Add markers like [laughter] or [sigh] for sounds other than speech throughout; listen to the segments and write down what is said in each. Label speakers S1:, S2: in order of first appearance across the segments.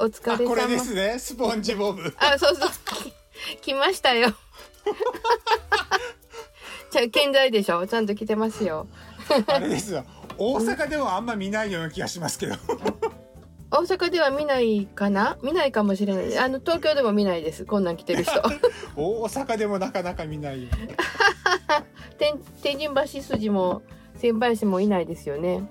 S1: お疲
S2: あ
S1: れ様
S2: これですねスポンジ
S1: [laughs]
S2: ボブ
S1: あそうそうき来ましたよ [laughs] じゃあ健在でしょちゃんと来てますよ
S2: あれですよ大阪でもあんま見ないような気がしますけど [laughs]
S1: 大阪では見ないかな見ないかもしれないあの東京でも見ないですこんなん来てる
S2: [laughs]
S1: 人
S2: 大阪でもなかなか見ないような
S1: 天天神橋筋も千林もいないですよね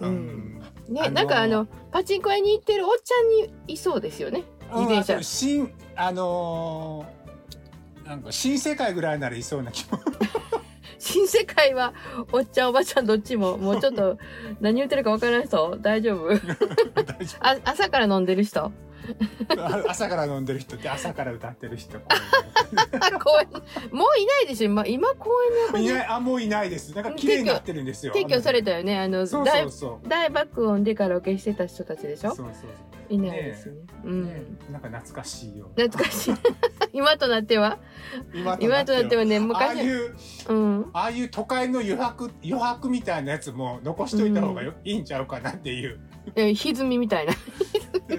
S1: うんね、
S2: あのー
S1: なんかあのパチンコ屋に行ってるおっちゃんにいそうですよね [laughs]
S2: うん
S1: 自転車
S2: あと新あのーなんか新世界ぐらいならいそうな気も [laughs]
S1: 新世界はおっちゃんおばちゃんどっちももうちょっ
S2: [laughs]
S1: と何言ってるかわからない人大丈夫 [laughs]
S2: 大丈夫
S1: あ朝から飲んでる人
S2: あ朝から飲んでる人って朝から歌ってる
S1: [laughs]
S2: 人
S1: あ公園もういないでしょ今今公園
S2: い
S1: に
S2: ないあもういないですなんか綺麗になってるんですよ
S1: 撤去されたよねあの
S2: そう
S1: 大
S2: そうそう
S1: 大爆音でカラオケしてた人たちでし
S2: そう
S1: ょ
S2: そう
S1: いないですねう、
S2: そうんねなんか懐かしいよ
S1: 懐かしい [laughs] 今となっては
S2: 今
S1: 今となって
S2: は
S1: はね
S2: ああ
S1: 昔
S2: いう
S1: うん
S2: ああいう都会の余白余白みたいなやつも残しといた方がよ、いいんちゃうかなっていう
S1: え歪みみたいな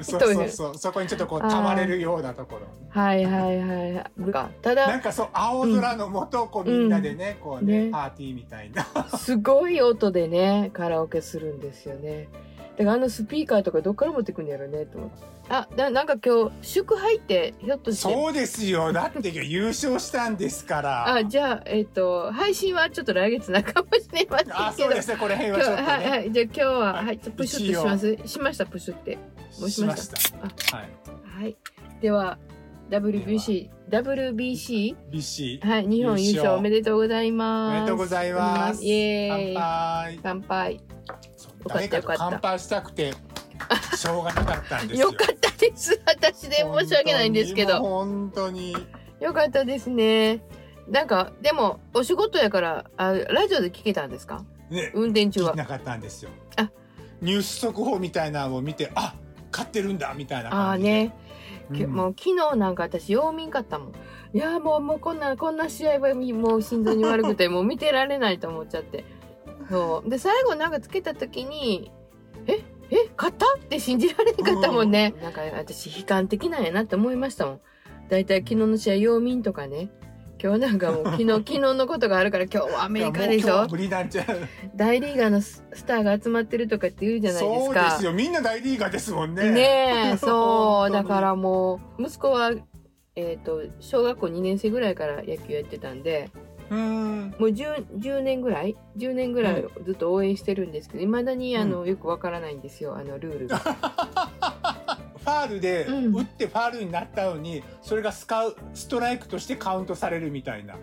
S2: そうそうそうそこにちょっとこう
S1: あー
S2: たまれるようなところ
S1: はいはいはいはいなんかただ
S2: なんかそう青空のもとこうみんなでね、こうね
S1: ね
S2: パーティーみたいな
S1: すごい音でねカラオケするんですよねだからあのスピーカーとかどっから持ってくんやろねと思ってあななんか今日祝杯ってひょっとして
S2: そうですよだって優勝したんですから
S1: あじゃあえっ、と配信はちょっと来月なのかもしれませんけど
S2: あそうですねこれ辺
S1: 今日
S2: はちょっとね、
S1: はいはいじゃあ今日は
S2: はい
S1: はいちょっとプシュッとしますしましたプシュって押しました
S2: たはい
S1: はいでは WBC WBC
S2: ビシ
S1: はい日本優
S2: 優勝
S1: 勝おめでとうござい
S2: お
S1: ます
S2: めでとうございます
S1: イエーイ
S2: 乾
S1: 乾杯
S2: 杯そう
S1: よかった
S2: 誰か
S1: よ
S2: と
S1: かった
S2: 乾杯したくてしょうがなかったんです
S1: よ
S2: よ
S1: かったです [laughs] 私で申し訳ないんですけど
S2: 本当にもう本
S1: よかったですね。なんか、でも、お仕事やから、あ、ラジオで聞けたんですか
S2: 当にね
S1: 運転中
S2: 聞
S1: は
S2: き。なかったんですよ
S1: あ
S2: ニュース速報みたいなのを見てあ買ってるんだみたいな
S1: ああ
S2: 感じで
S1: ね、き
S2: うん
S1: もう昨日なんか私、曜民買ったもん。いやーもう、もうこんな、こんな試合はもう心臓に悪くて、もう見てられないと思っちゃって。そう。で、最後なんかつけた時に、ええ買ったって信じられなかったもんね。なんか私、悲観的なんやなって思いましたもん。だいたい昨日の試合、曜民とかね。今日なんか
S2: [laughs]
S1: もう昨日、昨日のことがあるから今日はアメリカでし
S2: いやもう
S1: ょ
S2: 今日は無理なんちゃう
S1: 大リーガーのススターが集まってるとかって言うじゃないです
S2: そう
S1: か。
S2: ですよみんな大リーガーですもんね [laughs]
S1: ねえ、そ
S2: 本当
S1: う、
S2: に
S1: だからもう、息子は、えっ、と、小学校2年生ぐらいから野球やってたんで、
S2: うーん [laughs]
S1: もう 10, 10年ぐらい ?10 年ぐらいずっと応援してるんですけど、いまだにあの、よくわからないんですよ、あの、ルールが。
S2: ファールで
S1: うん
S2: 打ってファールになったのに、それがスカウストライクとしてカウントされるみたいな、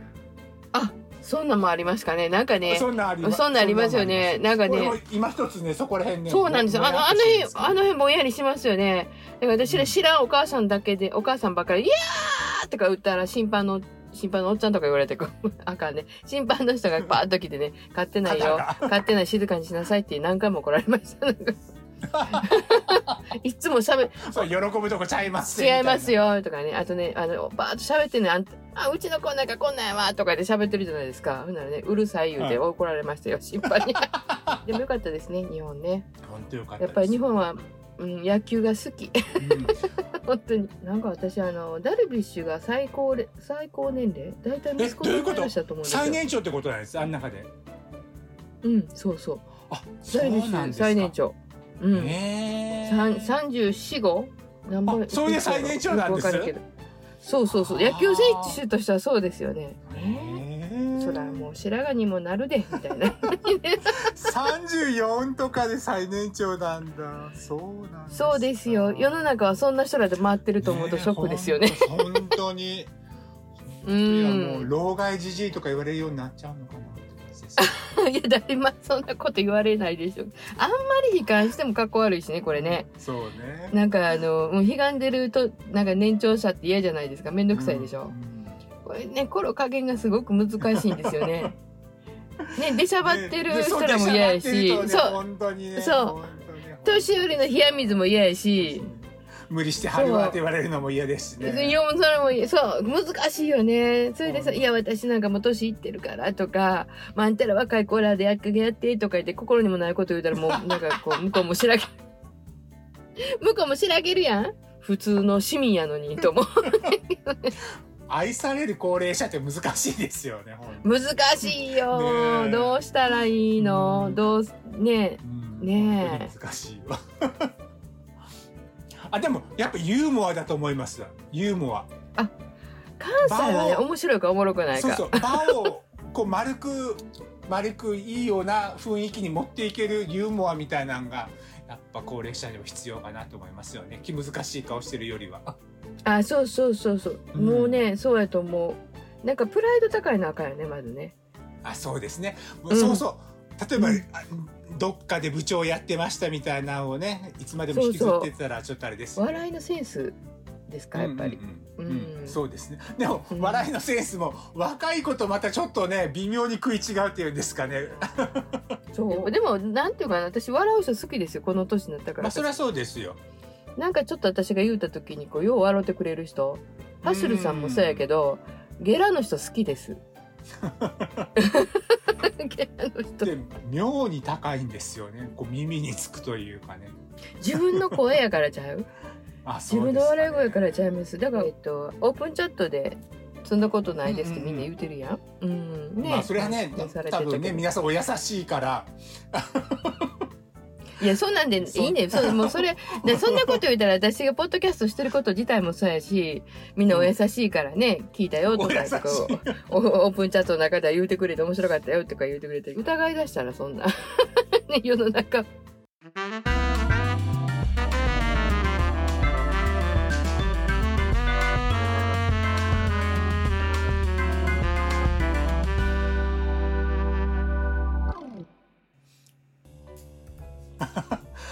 S1: そんなんもありますかねなんかね、
S2: そんなんあります
S1: そんなんありますよね
S2: そ
S1: なんかね
S2: 俺も今一つねそこら辺ね
S1: そうなんですよ。あの、あの辺、あ
S2: の
S1: の辺ぼんやりしますよね。だから私ら知らんお母さんだけで、お母さんばっかり、いやーとか打ったら審判の、審判のおっちゃんとか言われて、こう [laughs] あかんね。審判の人がバーッと来てね、勝ってないよ
S2: 肩が。
S1: 勝ってない静かにしなさいって何回も怒られました。なんかいつも喋、
S2: そう喜ぶとこちゃいます
S1: 違います
S2: よ
S1: よとかね、あとね、あの、バーッと喋ってね、あんたあ、うちの子なんかこんなんやわとかで喋ってるじゃないですか。ほんならね、うるさい言うて
S2: は
S1: 怒られましたよ、審判に。 [laughs] でもよかったですね、日本ね。
S2: 本当よかった
S1: や
S2: で
S1: っ
S2: す
S1: ぱり日、本は、うん、野球が好き [laughs]
S2: うん
S1: 本当になんか私あのダルビッシュが最高れ最高年齢大体息子
S2: えどう
S1: と
S2: いうこと
S1: 同い年だと思うんですよ
S2: 最年長ってことなんですあん中で
S1: うんそうそう
S2: あそ
S1: ダ
S2: う
S1: ルビッシ
S2: なん
S1: ュ
S2: ですか
S1: 最年長うん、
S2: へ
S1: 三
S2: ー
S1: 三34号何本
S2: あそれで最年長なんです
S1: よくわかるけどそうそうそう野球選手としてはそうですよね
S2: へー
S1: そらもう白髪にもなるでみたいな [laughs]
S2: 34とかで最年長なんだそうなんか
S1: そうですよ世の中はそんな人らで回ってると思うとショックですよね
S2: ねえ。本当に。
S1: う
S2: いやもうん老害じじいとか言われるようになっちゃうのかなって感じです。
S1: [laughs] いや誰もそんなこと言われないでしょあんまり悲観してもかっこ悪いしねこれね
S2: そうね。
S1: なんかあの、もう悲願でると、なんか年長者って嫌じゃないですか。めんどくさいでし
S2: う
S1: ょ。
S2: ん
S1: これね、コロ加減がすごく難しいんですよね。
S2: [laughs]
S1: ね、出しゃばってる人らも嫌やし、
S2: ねそう
S1: そう、
S2: 本当にね。
S1: そう
S2: 本当にね
S1: 年寄りの冷や水も嫌やし、
S2: 無理して春はって言われるのも嫌ですし
S1: 別に
S2: ね。
S1: 読むそれも嫌そう、難しいよね。それでさ、
S2: うん
S1: いや、私なんかもう年いってるからとか、まあ、あんたら若い子らでやっかけやってとか言って、心 [laughs]
S2: [laughs]
S1: にもないこと言うたらもう、なんかこう、向こうもしらけ、向こうもしらけるやん。普通の市民やのにと思
S2: [laughs]
S1: う
S2: 愛される高齢者って難しいですよね、ほんと
S1: 難しいよ、
S2: ねえ
S1: どうしたらいいの、
S2: うん
S1: どうすね
S2: うん
S1: ねえ
S2: 本当に難しいわ [laughs] あでもやっぱユーモアだと思いますユーモア
S1: え関西はね
S2: バオ
S1: 面白いかおもろくない
S2: そう
S1: か
S2: そう場をこう丸く [laughs] 丸くいいような雰囲気に持っていけるユーモアみたいなのがやっぱ高齢者にも必要かなと思いますよね気難しい顔してるよりは
S1: あそうそうそうそう、
S2: うん
S1: もうねそうやと思うなんかプライド高いのあかんよねまずね
S2: あそうですね、
S1: うん
S2: そうそう例えば、
S1: うん
S2: あどっかで部長やってましたみたいなのをねいつまでも引きずってたらちょっとあれですよね
S1: 笑いのセンスですかやっぱり、
S2: うんうんうん
S1: うん
S2: うんそうですねでも、
S1: うん
S2: 笑いのセンスも若い子とまたちょっとね微妙に食い違うっていうんですかね
S1: そうでもなんていうかな私笑う人好きですよこの年になったから、
S2: まあそれはそうですよ
S1: なんかちょっと私が言うた時にこうよう笑ってくれる人ハッシュルさんもそうやけど、ゲラの人好きです
S2: [laughs]
S1: ゲラの人
S2: で妙に高いんですよねこう耳につくというかね
S1: 自分の声やからちゃう
S2: [laughs] あ
S1: 自
S2: そう
S1: 分
S2: で
S1: の
S2: すかね
S1: 笑い声からちゃいますだから、えっと、オープンチャットでそんなことないですって
S2: うん
S1: み
S2: うんうん
S1: んな言うてるやん、うんね
S2: まあそれはね
S1: 発信されてた
S2: 多
S1: けど
S2: 分ね皆さんお優しいから
S1: いやそんなんでい
S2: そう
S1: いねそうもうそれでそんなこと言うたら私がポッドキャストしてること自体もそうやしみんなお優しいからね、聞いたよと
S2: お優
S1: か
S2: しい
S1: こうおオープンチャットの中では言うてくれて面白かったよとか言うてくれて疑い出したらそんな、ね、 [laughs] 世の中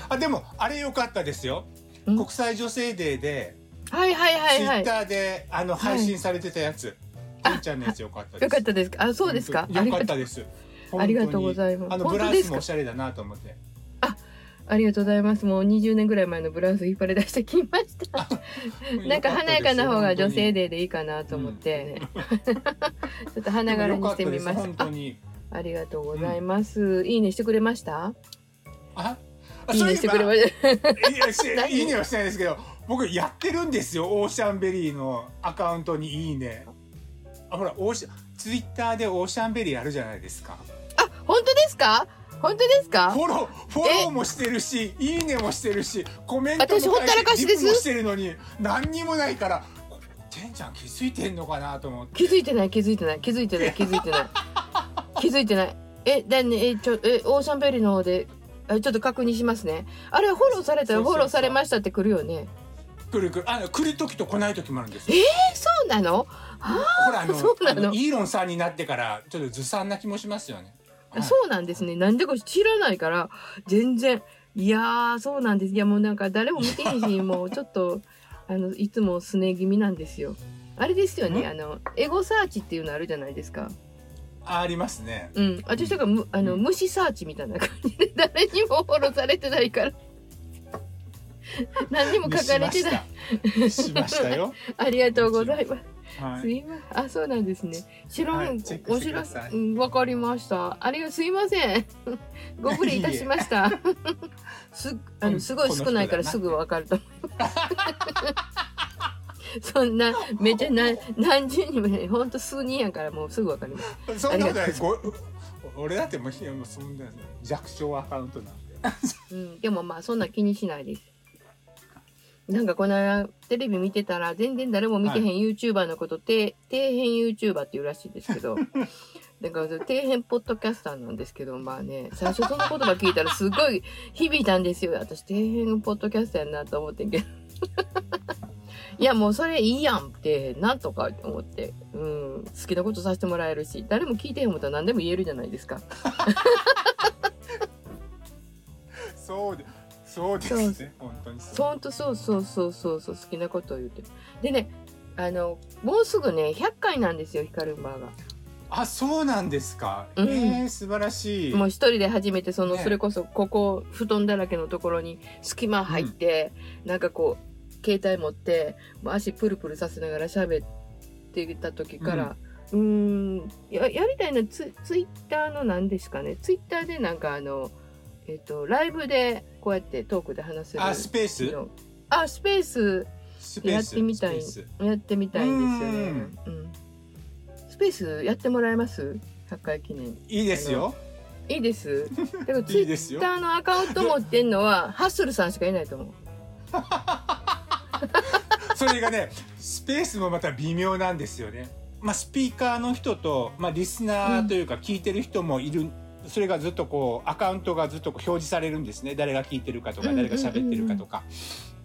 S2: あでもあれ良かったですよ、
S1: うん
S2: 国際女性デーで
S1: はいはい
S2: ツイ
S1: はいは
S2: ッ
S1: い
S2: ターであの配信されてたやつ、
S1: あ
S2: りんちゃんのやつ良かったです
S1: よかったですかあそうですか
S2: 良かったです
S1: ありがとうご
S2: い
S1: ざいます
S2: あの
S1: 本
S2: ブラ
S1: 当
S2: ウ
S1: で
S2: ス
S1: す
S2: も
S1: か
S2: おしゃれだなと思って
S1: ありがとうございますもう20年ぐらい前のブラウス引っ張り出してきましたなんか華やかな方が女性
S2: で
S1: デーでいいかなと思って、 [laughs] ちょっと花柄にしてみまし
S2: 本
S1: た
S2: 当に
S1: ありがとうございます。いいねしてくれました。
S2: あ
S1: いいねしてくれま
S2: し
S1: [laughs] した。
S2: た
S1: 何
S2: いいねはしてないですけど僕やってるんですよオーシャンベリーのアカウントにいいねあほらオーシャツイッターでオーシャンベリーあるじゃないですか
S1: あ、本当ですか。本当ですか
S2: フ。ォローフォローもしてるしいいねもしてるしコメントも
S1: 私ほったらかしです
S2: リプもしてるのに何にもないからこてんちゃん気づいてんのかなと思って
S1: 気づいてない、気づいてない、気づいてない、気づいて [laughs] ない。気づいてない。え、だね、え、ちょ、え、オーシャンベリーの方で。あちょっと確認しますね。あれ、フォローされたら、フ
S2: そうそうそう
S1: ォローされましたって来るよね。
S2: くるくるあの来る時と来ない時もあるんですよ
S1: え、そうなの。
S2: ほらあの
S1: [laughs] そうなの
S2: あのイーロンさんになってからちょっとずさんな気もしますよね。はい
S1: そうなんですね。なんでか知らないから、全然。いやー、そうなんです。いや、もうなんか誰も見てへん
S2: [laughs]
S1: し、もうちょっと、あの、いつもすね気味なんですよ。あれですよね、
S2: ん
S1: あの、エゴサーチっていうのあるじゃないですか。
S2: あありますね。
S1: うん。私だからむ、あの、
S2: うん
S1: 虫サーチみたいな感じで、誰にもフォローされてない
S2: [laughs]
S1: から。何にも書かれてない。
S2: い。しました
S1: [laughs]
S2: よ。
S1: ありがとうございます。
S2: は
S1: す
S2: い。
S1: いません。あ、そうなんですね。知らん、
S2: はいチェック
S1: お
S2: して
S1: 知
S2: く
S1: ら
S2: だ
S1: せ
S2: さい、
S1: うんわかりました。ありが、すいませ
S2: [laughs]
S1: ん。ご無礼いたしました。す、あ
S2: う
S1: の、
S2: ん
S1: すごい
S2: この
S1: 少ないから、
S2: 人だな
S1: すぐわかると思います。 [laughs] そんな、めっちゃ何、何十人もね、ほんと数人やから、もうすぐわかります。
S2: そんなことない。ご俺だってもういやもうそんな弱小アカウントなんで。
S1: うん、でも、まあ、そんな気にしないです。なんかこの間テレビ見てたら全然誰も見てへん YouTuber のこと、て底辺 YouTuber っていうらしいですけど [laughs] だから底辺ポッドキャスターなんですけどまあね最初その言葉聞いたらすごい響いたんですよ私底辺のポッドキャスターやなと思ってんけど [laughs] いやもうそれいいやんってなんとか思って、うん、好きなことさせてもらえるし誰も聞いてへんもったら何でも言えるじゃないですか
S2: [laughs] そうでそうで
S1: そうです
S2: ね。本当にそう。
S1: ほんとそうそうそうそうそう好きなことを言ってでねあのもうすぐね100回なんですよヒカルンバーが。
S2: あそうなんですか。
S1: うん
S2: えー素晴らしい。
S1: もう一人で初めてその、
S2: ね
S1: それこそここ布団だらけのところに隙間入って、なんかこう携帯持ってもう足プルプルさせながら喋ってた時から、うーん、ややりたいなツツイッターの何ですかねツイッターでなんかあの、えっとライブでこうやってトークで話せる
S2: あスペース。
S1: のあスペース
S2: スペ
S1: や
S2: ース
S1: ってみたい
S2: スペース
S1: やってみたいんですよね
S2: うん。
S1: うん。スペースやってもらえます？100回記念。
S2: いいですよ
S1: いい
S2: [laughs]
S1: です。でもツ
S2: い
S1: イ
S2: いで
S1: ッ
S2: すよ
S1: ターのアカウント持ってんのはハッスルさんしかいないと思う。
S2: それがねスペースもまた微妙なんですよね。まあ、スピーカーの人と、まあ、リスナーというか聞いてる人もいる、それがずっとこうアカウントがずっとこう表示されるんですね誰が聞いてるかとか
S1: うんうんうん
S2: 誰が喋ってるかとか。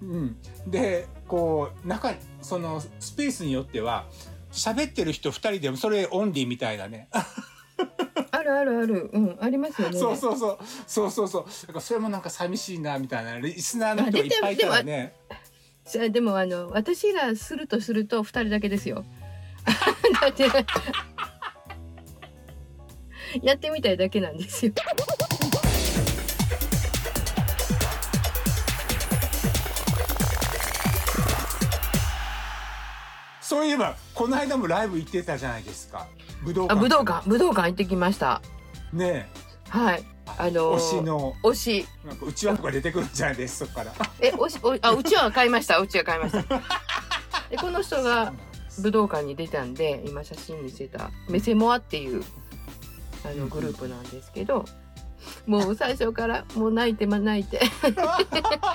S2: うんでこう中そのスペースによっては喋ってる人2人でもそれオンリーみたいなね
S1: あるあるある。うん、ありますよね。
S2: そうそうそうそうそうそうだからそれもなんか寂しいなみたいなリスナーの人がいっぱいいたらね
S1: さでもあの私らするとすると二人だけですよ。 [laughs] だってやってみたいだけなんですよ。
S2: そういえばこの間もライブ行ってたじゃないですか武道
S1: あ
S2: 館
S1: 武道館武道館行ってきました。
S2: ね
S1: はい。
S2: えあ
S1: あのー
S2: 推しの
S1: 推し
S2: なんかうちわとか出てくるんじゃないですかそこから
S1: え推しおあうちは買いましたうちは買いました。でこの
S2: [laughs]
S1: 人が武道館に出たんで今写真見せたメセモアっていうあのグループなんですけど。もう最初からもう泣いてま泣いて [laughs] よかったねこ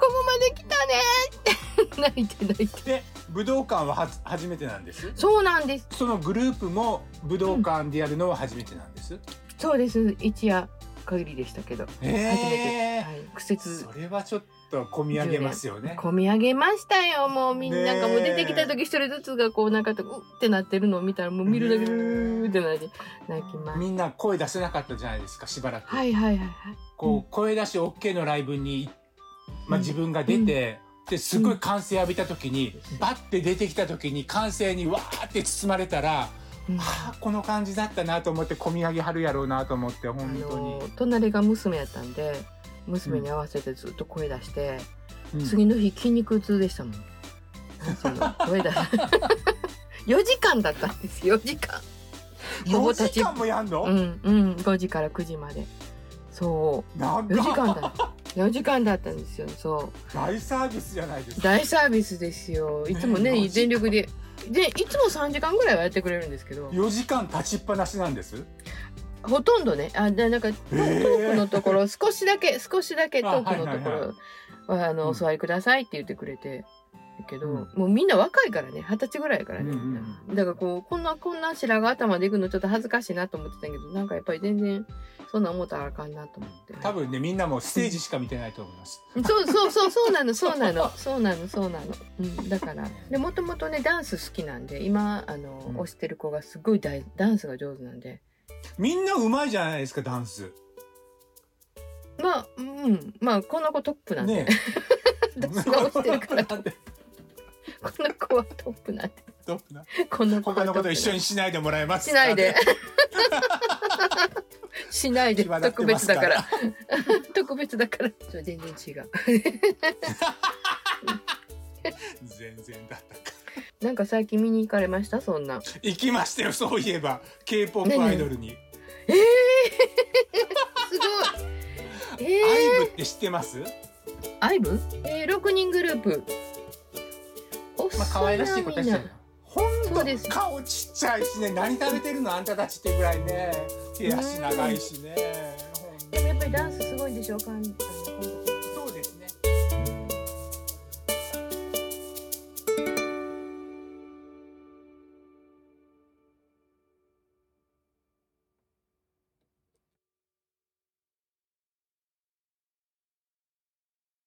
S1: こまで来たねって [laughs] 泣いて泣いて
S2: で武道館ははつ初めてなんです
S1: そうなんです。
S2: そのグループも武道館でやるのは初めてなんです、
S1: そうです。一夜限りでしたけど、
S2: え
S1: はい、苦
S2: え
S1: 節
S2: それはちょっと込み上げますよね
S1: 込み上げましたよ。もうみんな
S2: ねえ
S1: がもう出てきた時一人ずつがこうなんかとうってなってるのを見たらもう見るだけで
S2: ねえ
S1: うーってなって泣きます。
S2: みんな声出せなかったじゃないですかしばらく、
S1: はいはいはいはい。
S2: こう声出し OK のライブに、ま
S1: う
S2: あ、
S1: ん
S2: 自分が出て、ですごい歓声浴びた時に、バッて出てきた時に歓声にわーって包まれたら、
S1: うん
S2: あー [laughs] この感じだったなと思って込み上げはるやろうなと思って
S1: あ
S2: 本当に
S1: の、隣が娘やったんで、娘に合わせてずっと声出して、
S2: うん
S1: 次の日筋肉痛でしたもん。その声出し4時間だったんです4時間ほぼ
S2: 4
S1: 立ち
S2: 時間もやんの、
S1: うんうん5時から9時までそう
S2: なん
S1: 4時間
S2: か
S1: だ4時間だったんですよそ
S2: 大サービスじゃないです
S1: う
S2: か
S1: 大サービスですよいつも
S2: ねえ
S1: ね
S2: 4時間
S1: 全力ででいつも3時間ぐらいはやってくれるんですけど
S2: 4時間立ちっぱなしなんです
S1: ほとんどねあでなんかトト
S2: え
S1: ークのところ少しだけ少しだけト
S2: あ
S1: ークのとこ
S2: はいはい
S1: ろはあの
S2: うん
S1: お座りくださいって言ってくれて。だけど、
S2: うん
S1: もうみんな若いからね二十歳ぐらいからね、
S2: うんうん
S1: だからこうこんなこんな白髪頭でいくのちょっと恥ずかしいなと思ってたんやけどなんかやっぱり全然そんな思ったらあかんなと思って
S2: 多分ねみんなもうステージしか見てないと思います、
S1: そうそうそうそうなのそうなのそうなのそうなの、うん、だからでもともとねダンス好きなんで今あの、
S2: うん
S1: 推してる子がすごい大ダンスが上手なんで
S2: みんなうまいじゃないですかダンス
S1: まあうんまあこの子トップなんで、
S2: ね
S1: 私が推してる
S2: [laughs]
S1: から
S2: なんで
S1: この子はトップなんで
S2: どうな
S1: この子は
S2: 他の
S1: トップなん
S2: こと
S1: で
S2: 一緒にしないでもらえます
S1: しない
S2: [laughs]
S1: でしないで
S2: 際立っ
S1: 特
S2: てます
S1: 別だ
S2: か
S1: [laughs]
S2: ら
S1: から特別だからちょ全然違う
S2: 全然だったか
S1: なんか最近見に行かれましたそんな
S2: 行きましたよそういえば k p o p
S1: 何
S2: アイドルに、
S1: ええすごいええ
S2: アイブって知ってますま
S1: アイブ？えー、六人グループ。お
S2: あ可愛らしい子たちだよほん
S1: そ
S2: と
S1: うです
S2: 顔ちっちゃいしね何食べてるのあんたたちってぐらいね手足長いしねほんと
S1: でもやっぱりダンスすごいんでしょうかん。あの